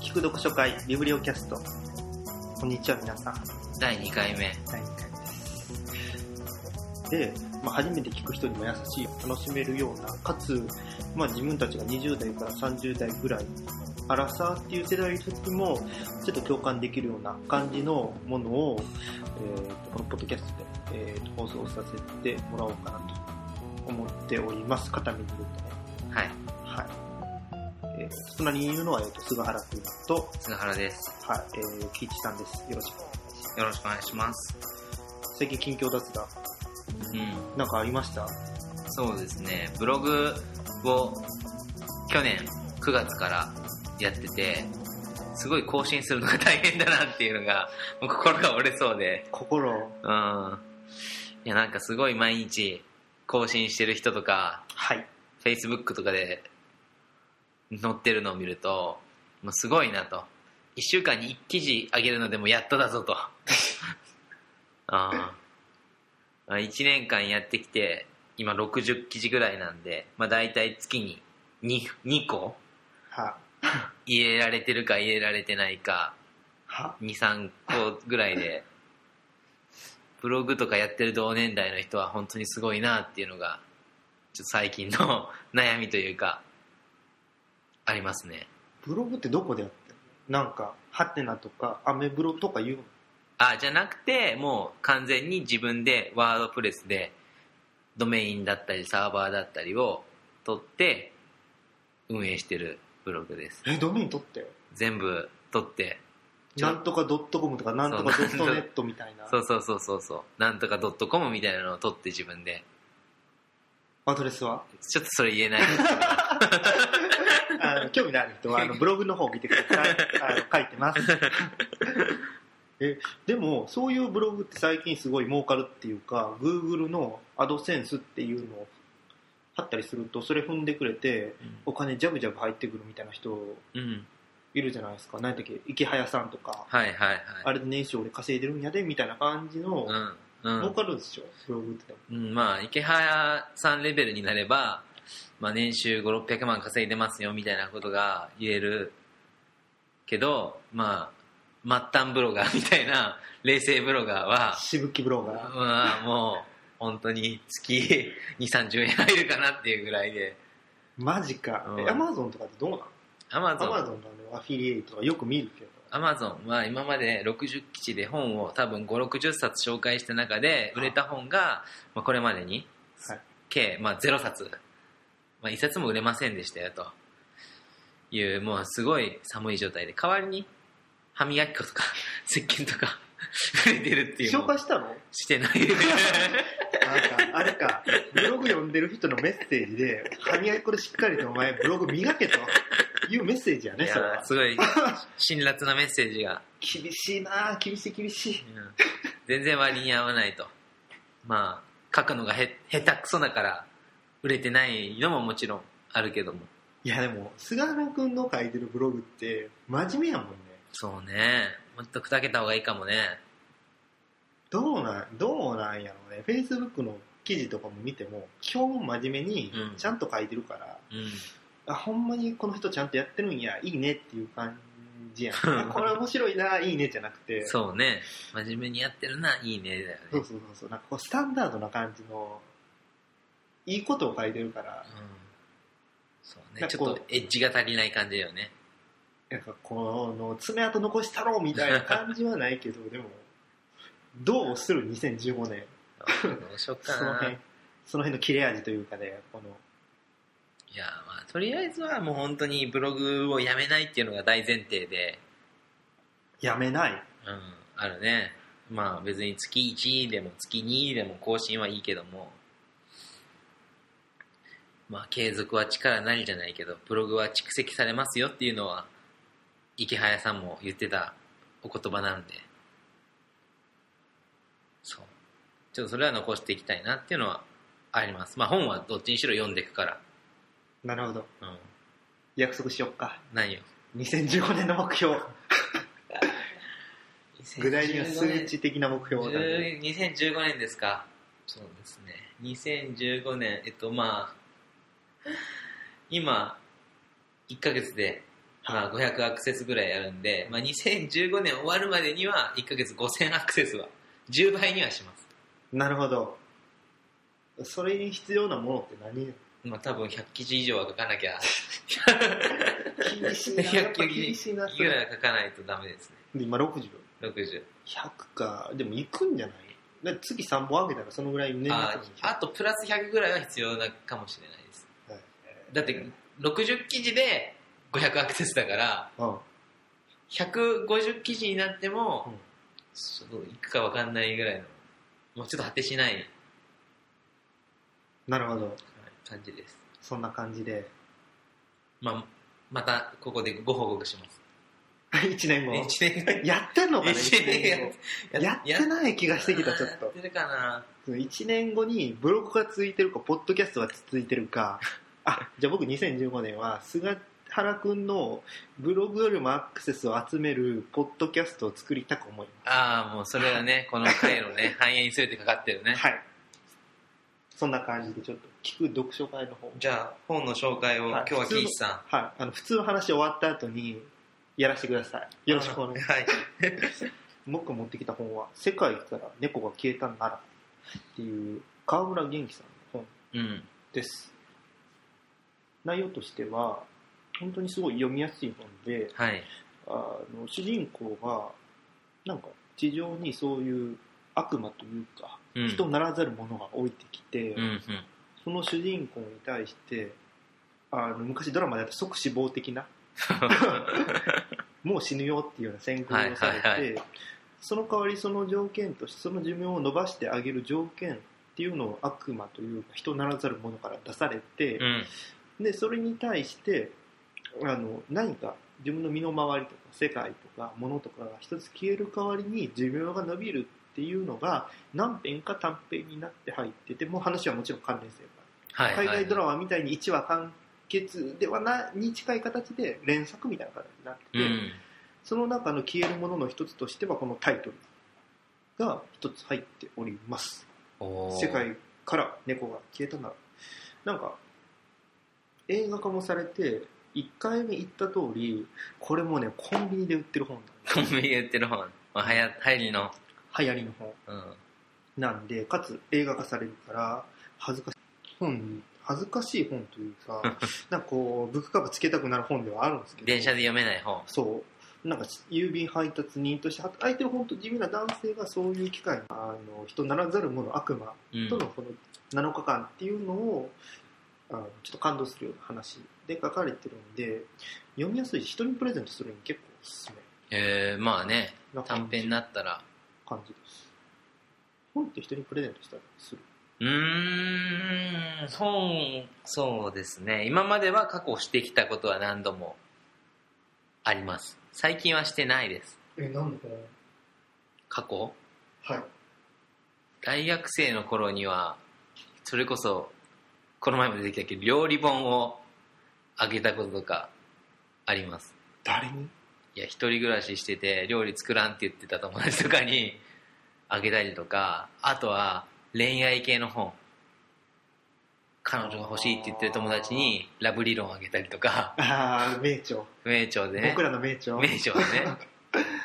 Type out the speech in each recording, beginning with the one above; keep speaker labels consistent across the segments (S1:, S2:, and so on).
S1: 聞く読書会ビブリオキャストこんにちは皆さん
S2: 第2回目。
S1: 第2回ですで、まあ、初めて聞く人にも優しい楽しめるようなかつ、まあ、自分たちが20代から30代ぐらいアラサーっていう世代の人にもちょっと共感できるような感じのものを、えーとこのポッドキャストで、えーと放送させてもらおうかなと思っております片目にいるとね
S2: はい。
S1: はい。えー、隣にいるのは、えー、と菅原君と、
S2: 菅原です。
S1: はい、えー、喜一さんです。よろしく。
S2: よろしくお願いします。
S1: 最近近況脱談、
S2: うん。
S1: なんかありました
S2: そうですね。ブログを去年9月からやってて、すごい更新するのが大変だなっていうのが、もう心が折れそうで。
S1: 心を、
S2: うん。いや、なんかすごい毎日更新してる人とか、
S1: はい。
S2: Facebook とかで載ってるのを見ると、もうすごいなと。1週間に1記事上げるのでもやっとだぞと。 ああ1年間やってきて、今60記事ぐらいなんで、まあ大体月に 2, 2個
S1: は、
S2: 入れられてるか入れられてないか、
S1: は、
S2: 2、3個ぐらいで、ブログとかやってる同年代の人は本当にすごいなっていうのが、ちょっと最近の 悩みというか、ありますね。
S1: ブログってどこでやってるのなんか、ハテナとか、アメブロとか言うの
S2: あ、じゃなくて、もう完全に自分でワードプレスで、ドメインだったりサーバーだったりを取って、運営してるブログです。
S1: え、ドメイン取ったよ。
S2: 全部取って、ちょ
S1: なんとかドットコムとか、なんとかドットネットみたいな
S2: そうそうそうそうそう、なんとか .com みたいなのを取って自分で、
S1: アドレスは
S2: ちょっとそれ言えない。
S1: あの興味のある人 は、あの、ブログの方を見てください。あの、書いてます。 え、でも、そういうブログって最近すごい儲かるっていうか、Google の AdSense っていうのを貼ったりすると、それ踏んでくれて、お金ジャブジャブ入ってくるみたいな人
S2: うん。
S1: いるじゃないですか。何だっけ、池早さんとか、
S2: はいはいはい。
S1: あれで年収俺稼いでるんやで、みたいな感じの、
S2: うん。う
S1: 儲
S2: ん。
S1: かるんでしょ、ブログって。
S2: うん、まあ、池原さんレベルになれば、まあ、年収5、600万稼いでますよ、みたいなことが言えるけど、まあ、末端ブロガーみたいな、冷静ブロガーは、
S1: しぶきブロガー。
S2: まあ、もう、本当に月2、30円入るかなっていうぐらいで、
S1: マジか。え
S2: うん
S1: Amazon とかってどうなの
S2: アマゾ
S1: ?Amazon
S2: ン、
S1: のあのアフィリエイトとかよく見るけど。
S2: アマゾンは今まで60基地で本を多分5、60冊紹介した中で、売れた本が、まあ、これまでに、
S1: はい
S2: 計、まあ、0冊、まあ、1冊も売れませんでしたよというもうすごい寒い状態で代わりに歯磨き粉とか 石鹸とか 売れてるっていう
S1: 紹
S2: のを
S1: 介した の
S2: してない
S1: なんか、あれか、ブログ読んでる人のメッセージで、歯磨き粉でしっかりとお前ブログ磨けというメッセージや
S2: い
S1: ね、それ
S2: や
S1: は。
S2: すごい辛辣なメッセージが、
S1: 厳しいなぁ厳しい厳しい。
S2: うん全然割に合わないとまあ書くのがへ下手くそだから売れてないのももちろんあるけども
S1: いやでも、菅原くんの書いてるブログって、真面目やもんね。
S2: そうねもっと砕けた方がいいかもね
S1: どうなん、どうなんやろうね。Facebook の記事とかも見ても、基本真面目に
S2: うん
S1: ちゃんと書いてるから、
S2: うん
S1: あほんまにこの人ちゃんとやってるんやいいねっていう感じやんあこれ面白いないいねじゃなくてそう
S2: そうね真面目にやってるないいねだよね
S1: そうそうそうなんかこうスタンダードな感じのいいことを書いてるから
S2: うんそう
S1: な
S2: ね
S1: ん
S2: ち
S1: か
S2: ょ
S1: こう
S2: っとエッジが足りない感じだよね
S1: なんかこの爪痕残したろうみたいな感じはないけどでもどうする2015年
S2: どうしよっか
S1: その
S2: な
S1: 辺その辺の切れ味というかねこの
S2: いやまあとりあえずはもう本当にブログをやめないっていうのが大前提で、
S1: やめない
S2: うん、あるねまあ別に月1でも月2でも更新はいいけどもまあ継続は力なりじゃないけどブログは蓄積されますよっていうのは池早さんも言ってたお言葉なんでそうちょっとそれは残していきたいなっていうのはありますまあ本はどっちにしろ読んでいくから
S1: なるほど
S2: うん
S1: 約束しよっか
S2: 何よ
S1: 2015年の目標具体的な数値的な目標を
S2: 10 2015年ですかそうですね2015年えっとまあ今1ヶ月でまあ、500アクセスぐらいあるんで、まあ、2015年終わるまでには1ヶ月5000アクセスは10倍にはします。
S1: なるほど。それに必要なものって何
S2: まあ、多分100記事以上は書かなきゃ、
S1: 厳 しいな。やっ
S2: 100
S1: ぱ
S2: 記
S1: 厳
S2: 事
S1: しい
S2: 以
S1: な、そ
S2: 上
S1: れ。
S2: は書かないとダメですね。
S1: で今60。
S2: 60。
S1: 100か。でも行くんじゃないだって次3本上げたらそのぐらい年
S2: あ
S1: 末に
S2: あとプラス100ぐらいは必要なかもしれないです。
S1: はい
S2: だって、60記事で500アクセスだから、
S1: うん。
S2: 150記事になっても、
S1: うん
S2: そういくかわかんないぐらいの、もうちょっと果てしない
S1: なるほど。
S2: 感じです。
S1: そんな感じで。
S2: まあ、またここでご報告します。
S1: 1年後。
S2: 一年後
S1: やってんのかな ?1
S2: 一
S1: 年
S2: 年
S1: 後。やってない気がしてきた、ちょっ
S2: や
S1: と
S2: っ。てるかな
S1: 1年後にブログが続いてるか、ポッドキャストが続いてるか、あ、じゃあ僕2015年は、菅原くんのブログよりもアクセスを集めるポッドキャストを作りたく思いま
S2: ああ、もうそれはね、この回のね、反映に全てかかってるね
S1: す。。はい。そんな感じでちょっと聞く読書会の方。
S2: じゃあ、本の紹介を、
S1: はい
S2: 今日は
S1: 普通の
S2: キイチさ
S1: はい。あの、普通の話終わった後に、やらせてください。
S2: ん。
S1: よろしくお願いします。
S2: はい。
S1: 僕が持ってきた本は、世界から猫が消えたならっていう、川村元気さんの本
S2: うん。
S1: です。内容としては、本当にすごい読みやすい本で、
S2: はい。
S1: あの主人公が、なんか地上にそういう悪魔というか、
S2: うん。
S1: 人ならざる者が降りてきて、
S2: うん、うん。
S1: その主人公に対して、あの昔ドラマであった即死亡的な、もう死ぬよっていうような宣告をされて、
S2: はいはい
S1: その代わりその条件としてその寿命を伸ばしてあげる条件っていうのを悪魔というか人ならざる者から出されて、
S2: うん。
S1: でそれに対してあの何か自分の身の回りとか世界とか物とかが一つ消える代わりに寿命が伸びるっていうのが何編か短編になって入っててもう話はもちろん関連性が
S2: は
S1: あ
S2: い。
S1: る海外ドラ
S2: マ
S1: マみたいに1話完結ではなに近い形で連作みたいな形になって
S2: う
S1: て、
S2: ん。
S1: その中の消えるものの一つとしてはこのタイトルが一つ入っております
S2: おー
S1: 世。界から猫が消えたならなんか映画化もされて1回目言った通りこれもねコンビニで売ってる本
S2: コ
S1: なん で
S2: ンビニで売ってる本。まあ、はや、入りの。
S1: 流行りの本
S2: うん。
S1: なんでかつ映画化されるから恥ずかしい本恥ずかしい本という かなんかこうブックカバーつけたくなる本ではあるんですけど
S2: 電車で読めない本。
S1: そうなんか郵便配達人として働いてる本当地味な男性がそういう機会にあの人ならざる者悪魔
S2: うん
S1: とのこの7日間っていうのを、あのちょっと感動するような話で書かれてるんで読みやすいし人にプレゼントするに結構おすすめ
S2: えー、まあね、
S1: な感
S2: 短
S1: じ
S2: 編になったら。
S1: 感じです本って人にプレゼントしたりする
S2: うーん、本、そうですね。今までは過去してきたことは何度もあります。最近はしてないです。
S1: えなんで
S2: 過去
S1: はい
S2: 大学生の頃には、それこそ、この前も出てきたけど、料理本をあげたこととかあります。
S1: 誰に
S2: いや、一人暮らししてて、料理作らんって言ってた友達とかに あげたりとか、あとは恋愛系の本。彼女が欲しいって言ってる友達にラブ理論あげたりとか、
S1: ああ名著、
S2: 不明調でね
S1: 僕。らの名著
S2: 名 著でね。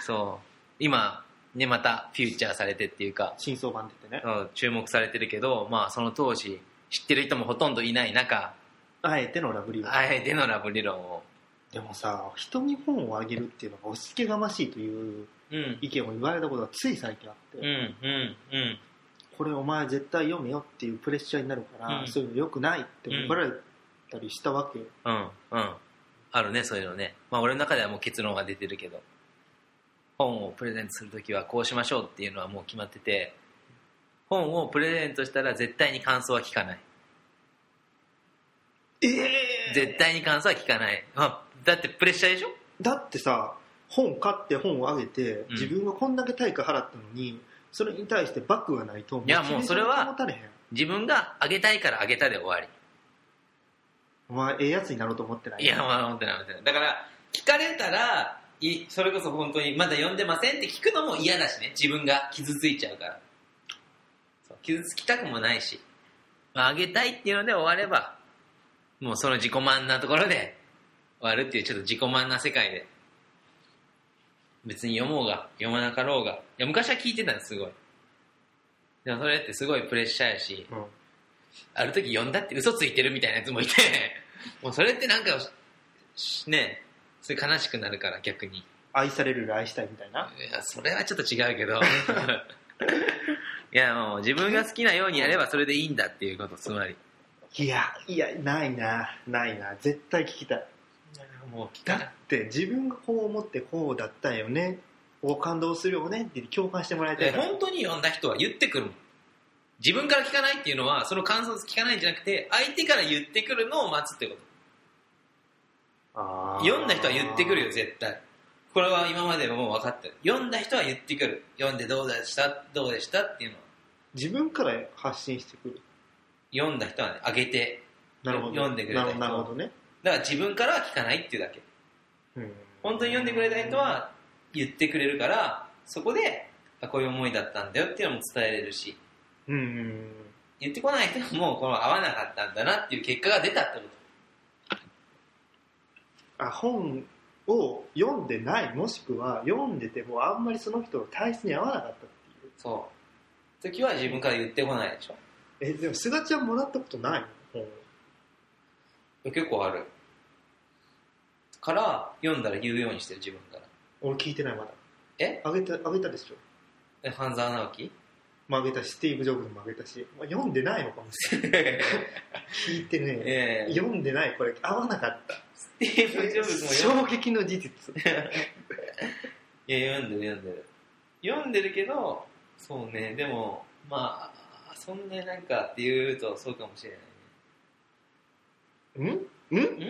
S2: そう。今、ね、またフューチャーされてっていうか、
S1: 新装版出てね
S2: そう注目されてるけど、まあその当時、知ってる人もほとんどいない中、
S1: あえてのラブリーは
S2: あえてのラブ理論を。
S1: でもさ人に本をあげるっていうのがおしけがましいという
S2: うん。
S1: 意見を言われたことがつい最近あって、
S2: うん、うん、うん。
S1: これお前絶対読めよっていうプレッシャーになるから、
S2: うん
S1: そういうの良くないって怒られたりしたわけ、
S2: うん、うん。あるね、そういうのね。まあ俺の中ではもう結論が出てるけど、本をプレゼントするときはこうしましょうっていうのはもう決まってて、本をプレゼントしたら絶対に感想は聞かない。
S1: え
S2: 絶対に感想は聞かない。まあ、だってプレッシャーでしょ
S1: だってさ本買って本をあげて
S2: ん
S1: 自分がこんだけ対価払ったのに、それに対してバックがないと
S2: いやもうそれ
S1: モチベーシ
S2: は
S1: ョンが保たれへん
S2: 自分があげたいからあげたで終わり。
S1: お前ええやつになろうと思ってない
S2: いや、まあ、思ってない、思ってない。だから、聞かれたら、いそれこそ本当に、まだ読んでませんって聞くのも嫌だしね、自分が傷ついちゃうから。そう傷つきたくもないし、まあ、あげたいっていうので終われば、もうその自己満なところで割るっていうちょっと自己満な世界で別に読もうが読まなかろうがいや昔は聞いてたんですすごいでもそれってすごいプレッシャーやし
S1: うん。
S2: ある時読んだって嘘ついてるみたいなやつもいて もうそれってなんかしねそれ悲しくなるから逆に
S1: 愛されるより愛したいみたいな。
S2: いや、それはちょっと違うけど。 いや、もう自分が好きなようにやればそれでいいんだっていうこと、つまり。
S1: いや、いや、ないな、ないな、絶対聞きたい。
S2: もう聞
S1: だって、自分がこう思ってこうだったよね、こう感動するよねって共感してもらいたいから。
S2: 本当に読んだ人は言ってくるもん。自分から聞かないっていうのは、その感想を聞かないんじゃなくて、相手から言ってくるのを待つってこ
S1: あ
S2: と。
S1: ー
S2: 読んだ人は言ってくるよ、絶対。これは今までもう分かってる。読んだ人は言ってくる。読んでどうでしたどうでしたっていうのは。
S1: 自分から発信してくる。
S2: 読んだ人はね、あげて。
S1: なるほど。
S2: 読んでくれた人
S1: なるほどね。
S2: だから自分からは聞かないっていうだけ。
S1: うん
S2: 本当に読んでくれた人、は言ってくれるからそこであこういう思いだったんだよっていうのも伝えれるし
S1: うんうんうん。
S2: 言ってこない人はもうこの合わなかったんだなっていう結果が出たってこ
S1: あ、本を読んでない、もしくは読んでてもあんまりその人の体質に合わなかったっていう。
S2: とそう時は自分から言ってこないでしょ
S1: え、でも、すがちゃんもらったことないの
S2: 結構あるから読んだら言うようにしてる自分から
S1: 俺聞いてない、まだ。
S2: え
S1: あげた、あげたでしょ
S2: え半沢直樹
S1: もあげたし、スティーブ・ジョブズもあげたし、まあ、読んでないのかもしれない。聞いてね、
S2: ええ
S1: 読んでない、これ、合わなかった。
S2: スティーブ・ジョブズも読ん
S1: 衝撃の事実。
S2: いや読んでる読んでる読んでるけどそうねでもまあそんなになんかっていうとそうかもしれないね
S1: んん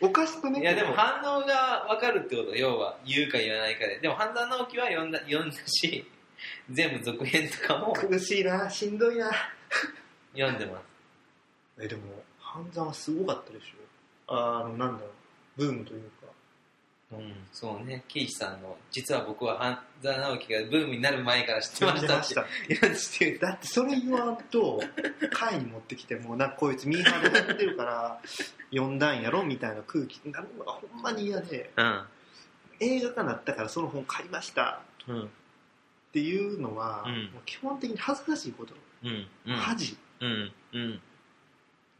S1: おかしくね
S2: いやでも反応が分かるってこと要は言うか言わないかででも半沢直樹は読んだ読んだし全部続編とかも
S1: 苦しいな、しんどいな。
S2: 読んでます
S1: え、でも、半沢はすごかったでしょあの、なんだろう、ブームというか。
S2: うんそうねケイシさんの実は僕は半沢直樹がブームになる前から知ってましたって
S1: た。
S2: いや知ってる
S1: だってそれ言わんと、会に持ってきても、なんかこいつミーハーでやってるから、呼んだんやろみたいな空気になるのがほんまに嫌で、映画化なったからその本買いました
S2: うんうん
S1: っていうのは、
S2: うん
S1: もう基本的に恥ずかしいこと、
S2: うん
S1: 恥。
S2: うんうん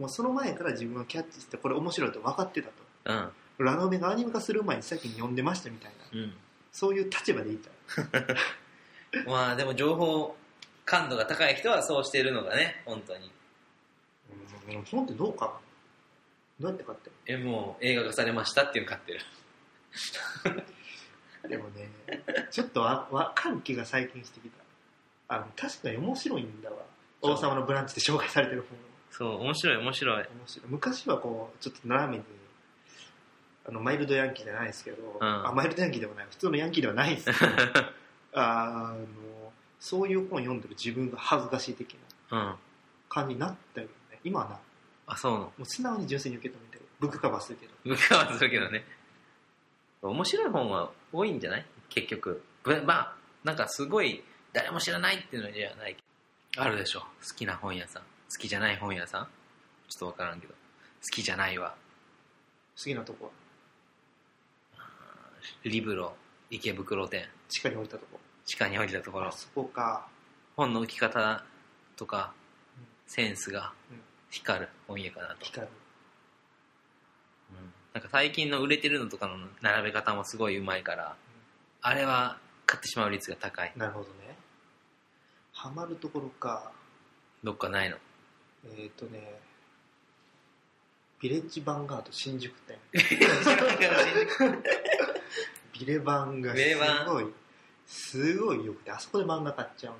S1: もうその前から自分がキャッチして、これ面白いと分かってたと。
S2: うん
S1: ラノベがアニメ化する前に先に読んでましたみたいな。
S2: うん
S1: そういう立場でいた。
S2: まあでも情報感度が高い人はそうしてるのがね本当に
S1: うん、本ってどうかなどうやって買ってる
S2: えもう映画化されましたっていうの買ってる
S1: でもね、ちょっとわわかる気が最近してきた。あの確かに面白いんだわ。
S2: そう
S1: 王様のブランチで紹介されてる
S2: そう面白い面白
S1: 本。
S2: い
S1: 面白い昔はこう、ちょっと斜めに、あの、マイルドヤンキーじゃないですけど、
S2: ん
S1: あ、マイルドヤンキーでもない、普通のヤンキーではないです けど、あの、そういう本読んでる自分が恥ずかしい的な
S2: うん
S1: 感じになったよね。今はな、
S2: あそうなの
S1: もう素直に純粋に受け止めてる。ブックカバーするけど。
S2: 向かわずだけどね面白い本は多いんじゃない結局ぶまあなんかすごい誰も知らないっていうのじゃないあるでしょ好きな本屋さん好きじゃない本屋さんちょっと分からんけど好きじゃないわ
S1: 好きなとこは、
S2: リブロ池袋店
S1: 地下に置いたとこ。
S2: 地下に降りたところ
S1: あそこか。
S2: 本の置き方とか
S1: うん
S2: センスが
S1: うん
S2: 光る本屋かなと、
S1: 光る。
S2: うんなんか最近の売れてるのとかの並べ方もすごいうまいからあれは買ってしまう率が高い
S1: なるほどね。ハマるところか。
S2: どっか ないの
S1: えっ、とね、ビレッジヴァンガード新宿店。ビレバンが
S2: ビレ
S1: す
S2: バン
S1: ごい、すごいよくて、あそこで漫画買っちゃうね。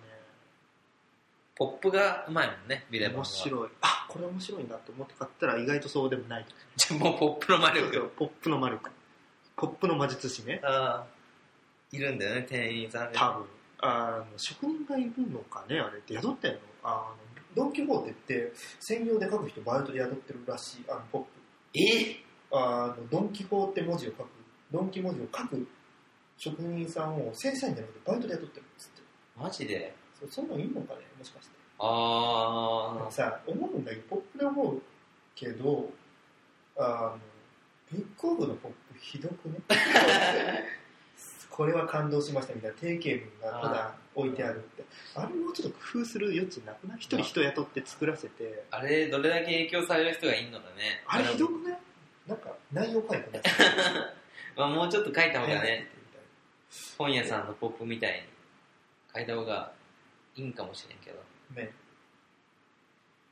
S2: ポップがうまいもんね、ビデオ
S1: 面白い。あ、これ面白いなと思って買ったら意外とそうでもない。
S2: じゃあもうポップの魔力
S1: そうそうポップの魔力。ポップの魔術師ね。
S2: ああ。いるんだよね、店員さんで。
S1: 多分。あの、職人がいるのかね、あれって。宿ってんのあの、ドン・キホーテって、専業で書く人バイトで宿ってるらしい。あの、ポップ。
S2: え
S1: あの、ドン・キホーテ文字を書く、ドン・キ文字を書く職人さんを正社員じゃなくてバイトで雇ってるんですって。
S2: マジで
S1: そそんなのいいのかね、もしかして。
S2: あ
S1: なん
S2: あ
S1: か。さ、思うんだけど、ポップで思うけど、あの、文庫部のポップひどくねこれは感動しましたみたいな定型文がただ置いてあるってあれもうちょっと工夫する余地なくない一人人雇って作らせて
S2: あれ、どれだけ影響される人がいんのかね。
S1: あれひどくないなんか内容書いてない
S2: まあ、もうちょっと書いた方が
S1: 早くみた
S2: ね、
S1: いな
S2: 本屋さんのポップみたいに書いた方がいいんかもしれんけど。
S1: ね、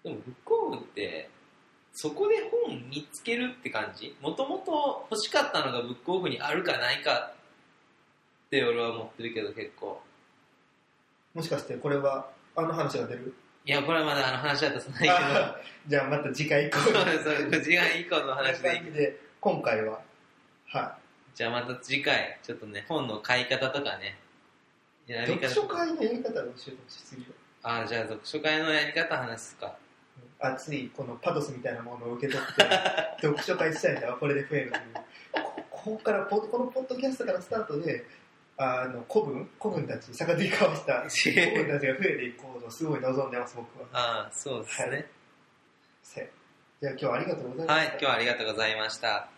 S2: でも、ブックオフって、そこで本見つけるって感じもともと欲しかったのがブックオフにあるかないかって俺は思ってるけど結構。
S1: もしかしてこれはあの話が出る
S2: いや、これはまだあの話は出さないけど、
S1: あ じゃあまた次回以 降
S2: そうそう、5時間以降の話でいい
S1: で今回はは
S2: じゃあまた次回、ちょっとね、本の買い方とかね、
S1: い
S2: 選び
S1: 読書
S2: 方。
S1: 会のやり方を教えてほしすぎる
S2: ああ、じゃあ読書会のやり方話すか。
S1: 熱いこのパドスみたいなものを受け取って 読書会したい人はこれで増えるというこここからポこのポッドキャストからスタートであの古文古文たち逆手交わした古文たちが増えていくことをすごい望んでます僕は
S2: ああ、そうですね。
S1: せじゃあ今日はありがとうございま
S2: は
S1: し
S2: い、
S1: た、
S2: 今日はありがとうございました。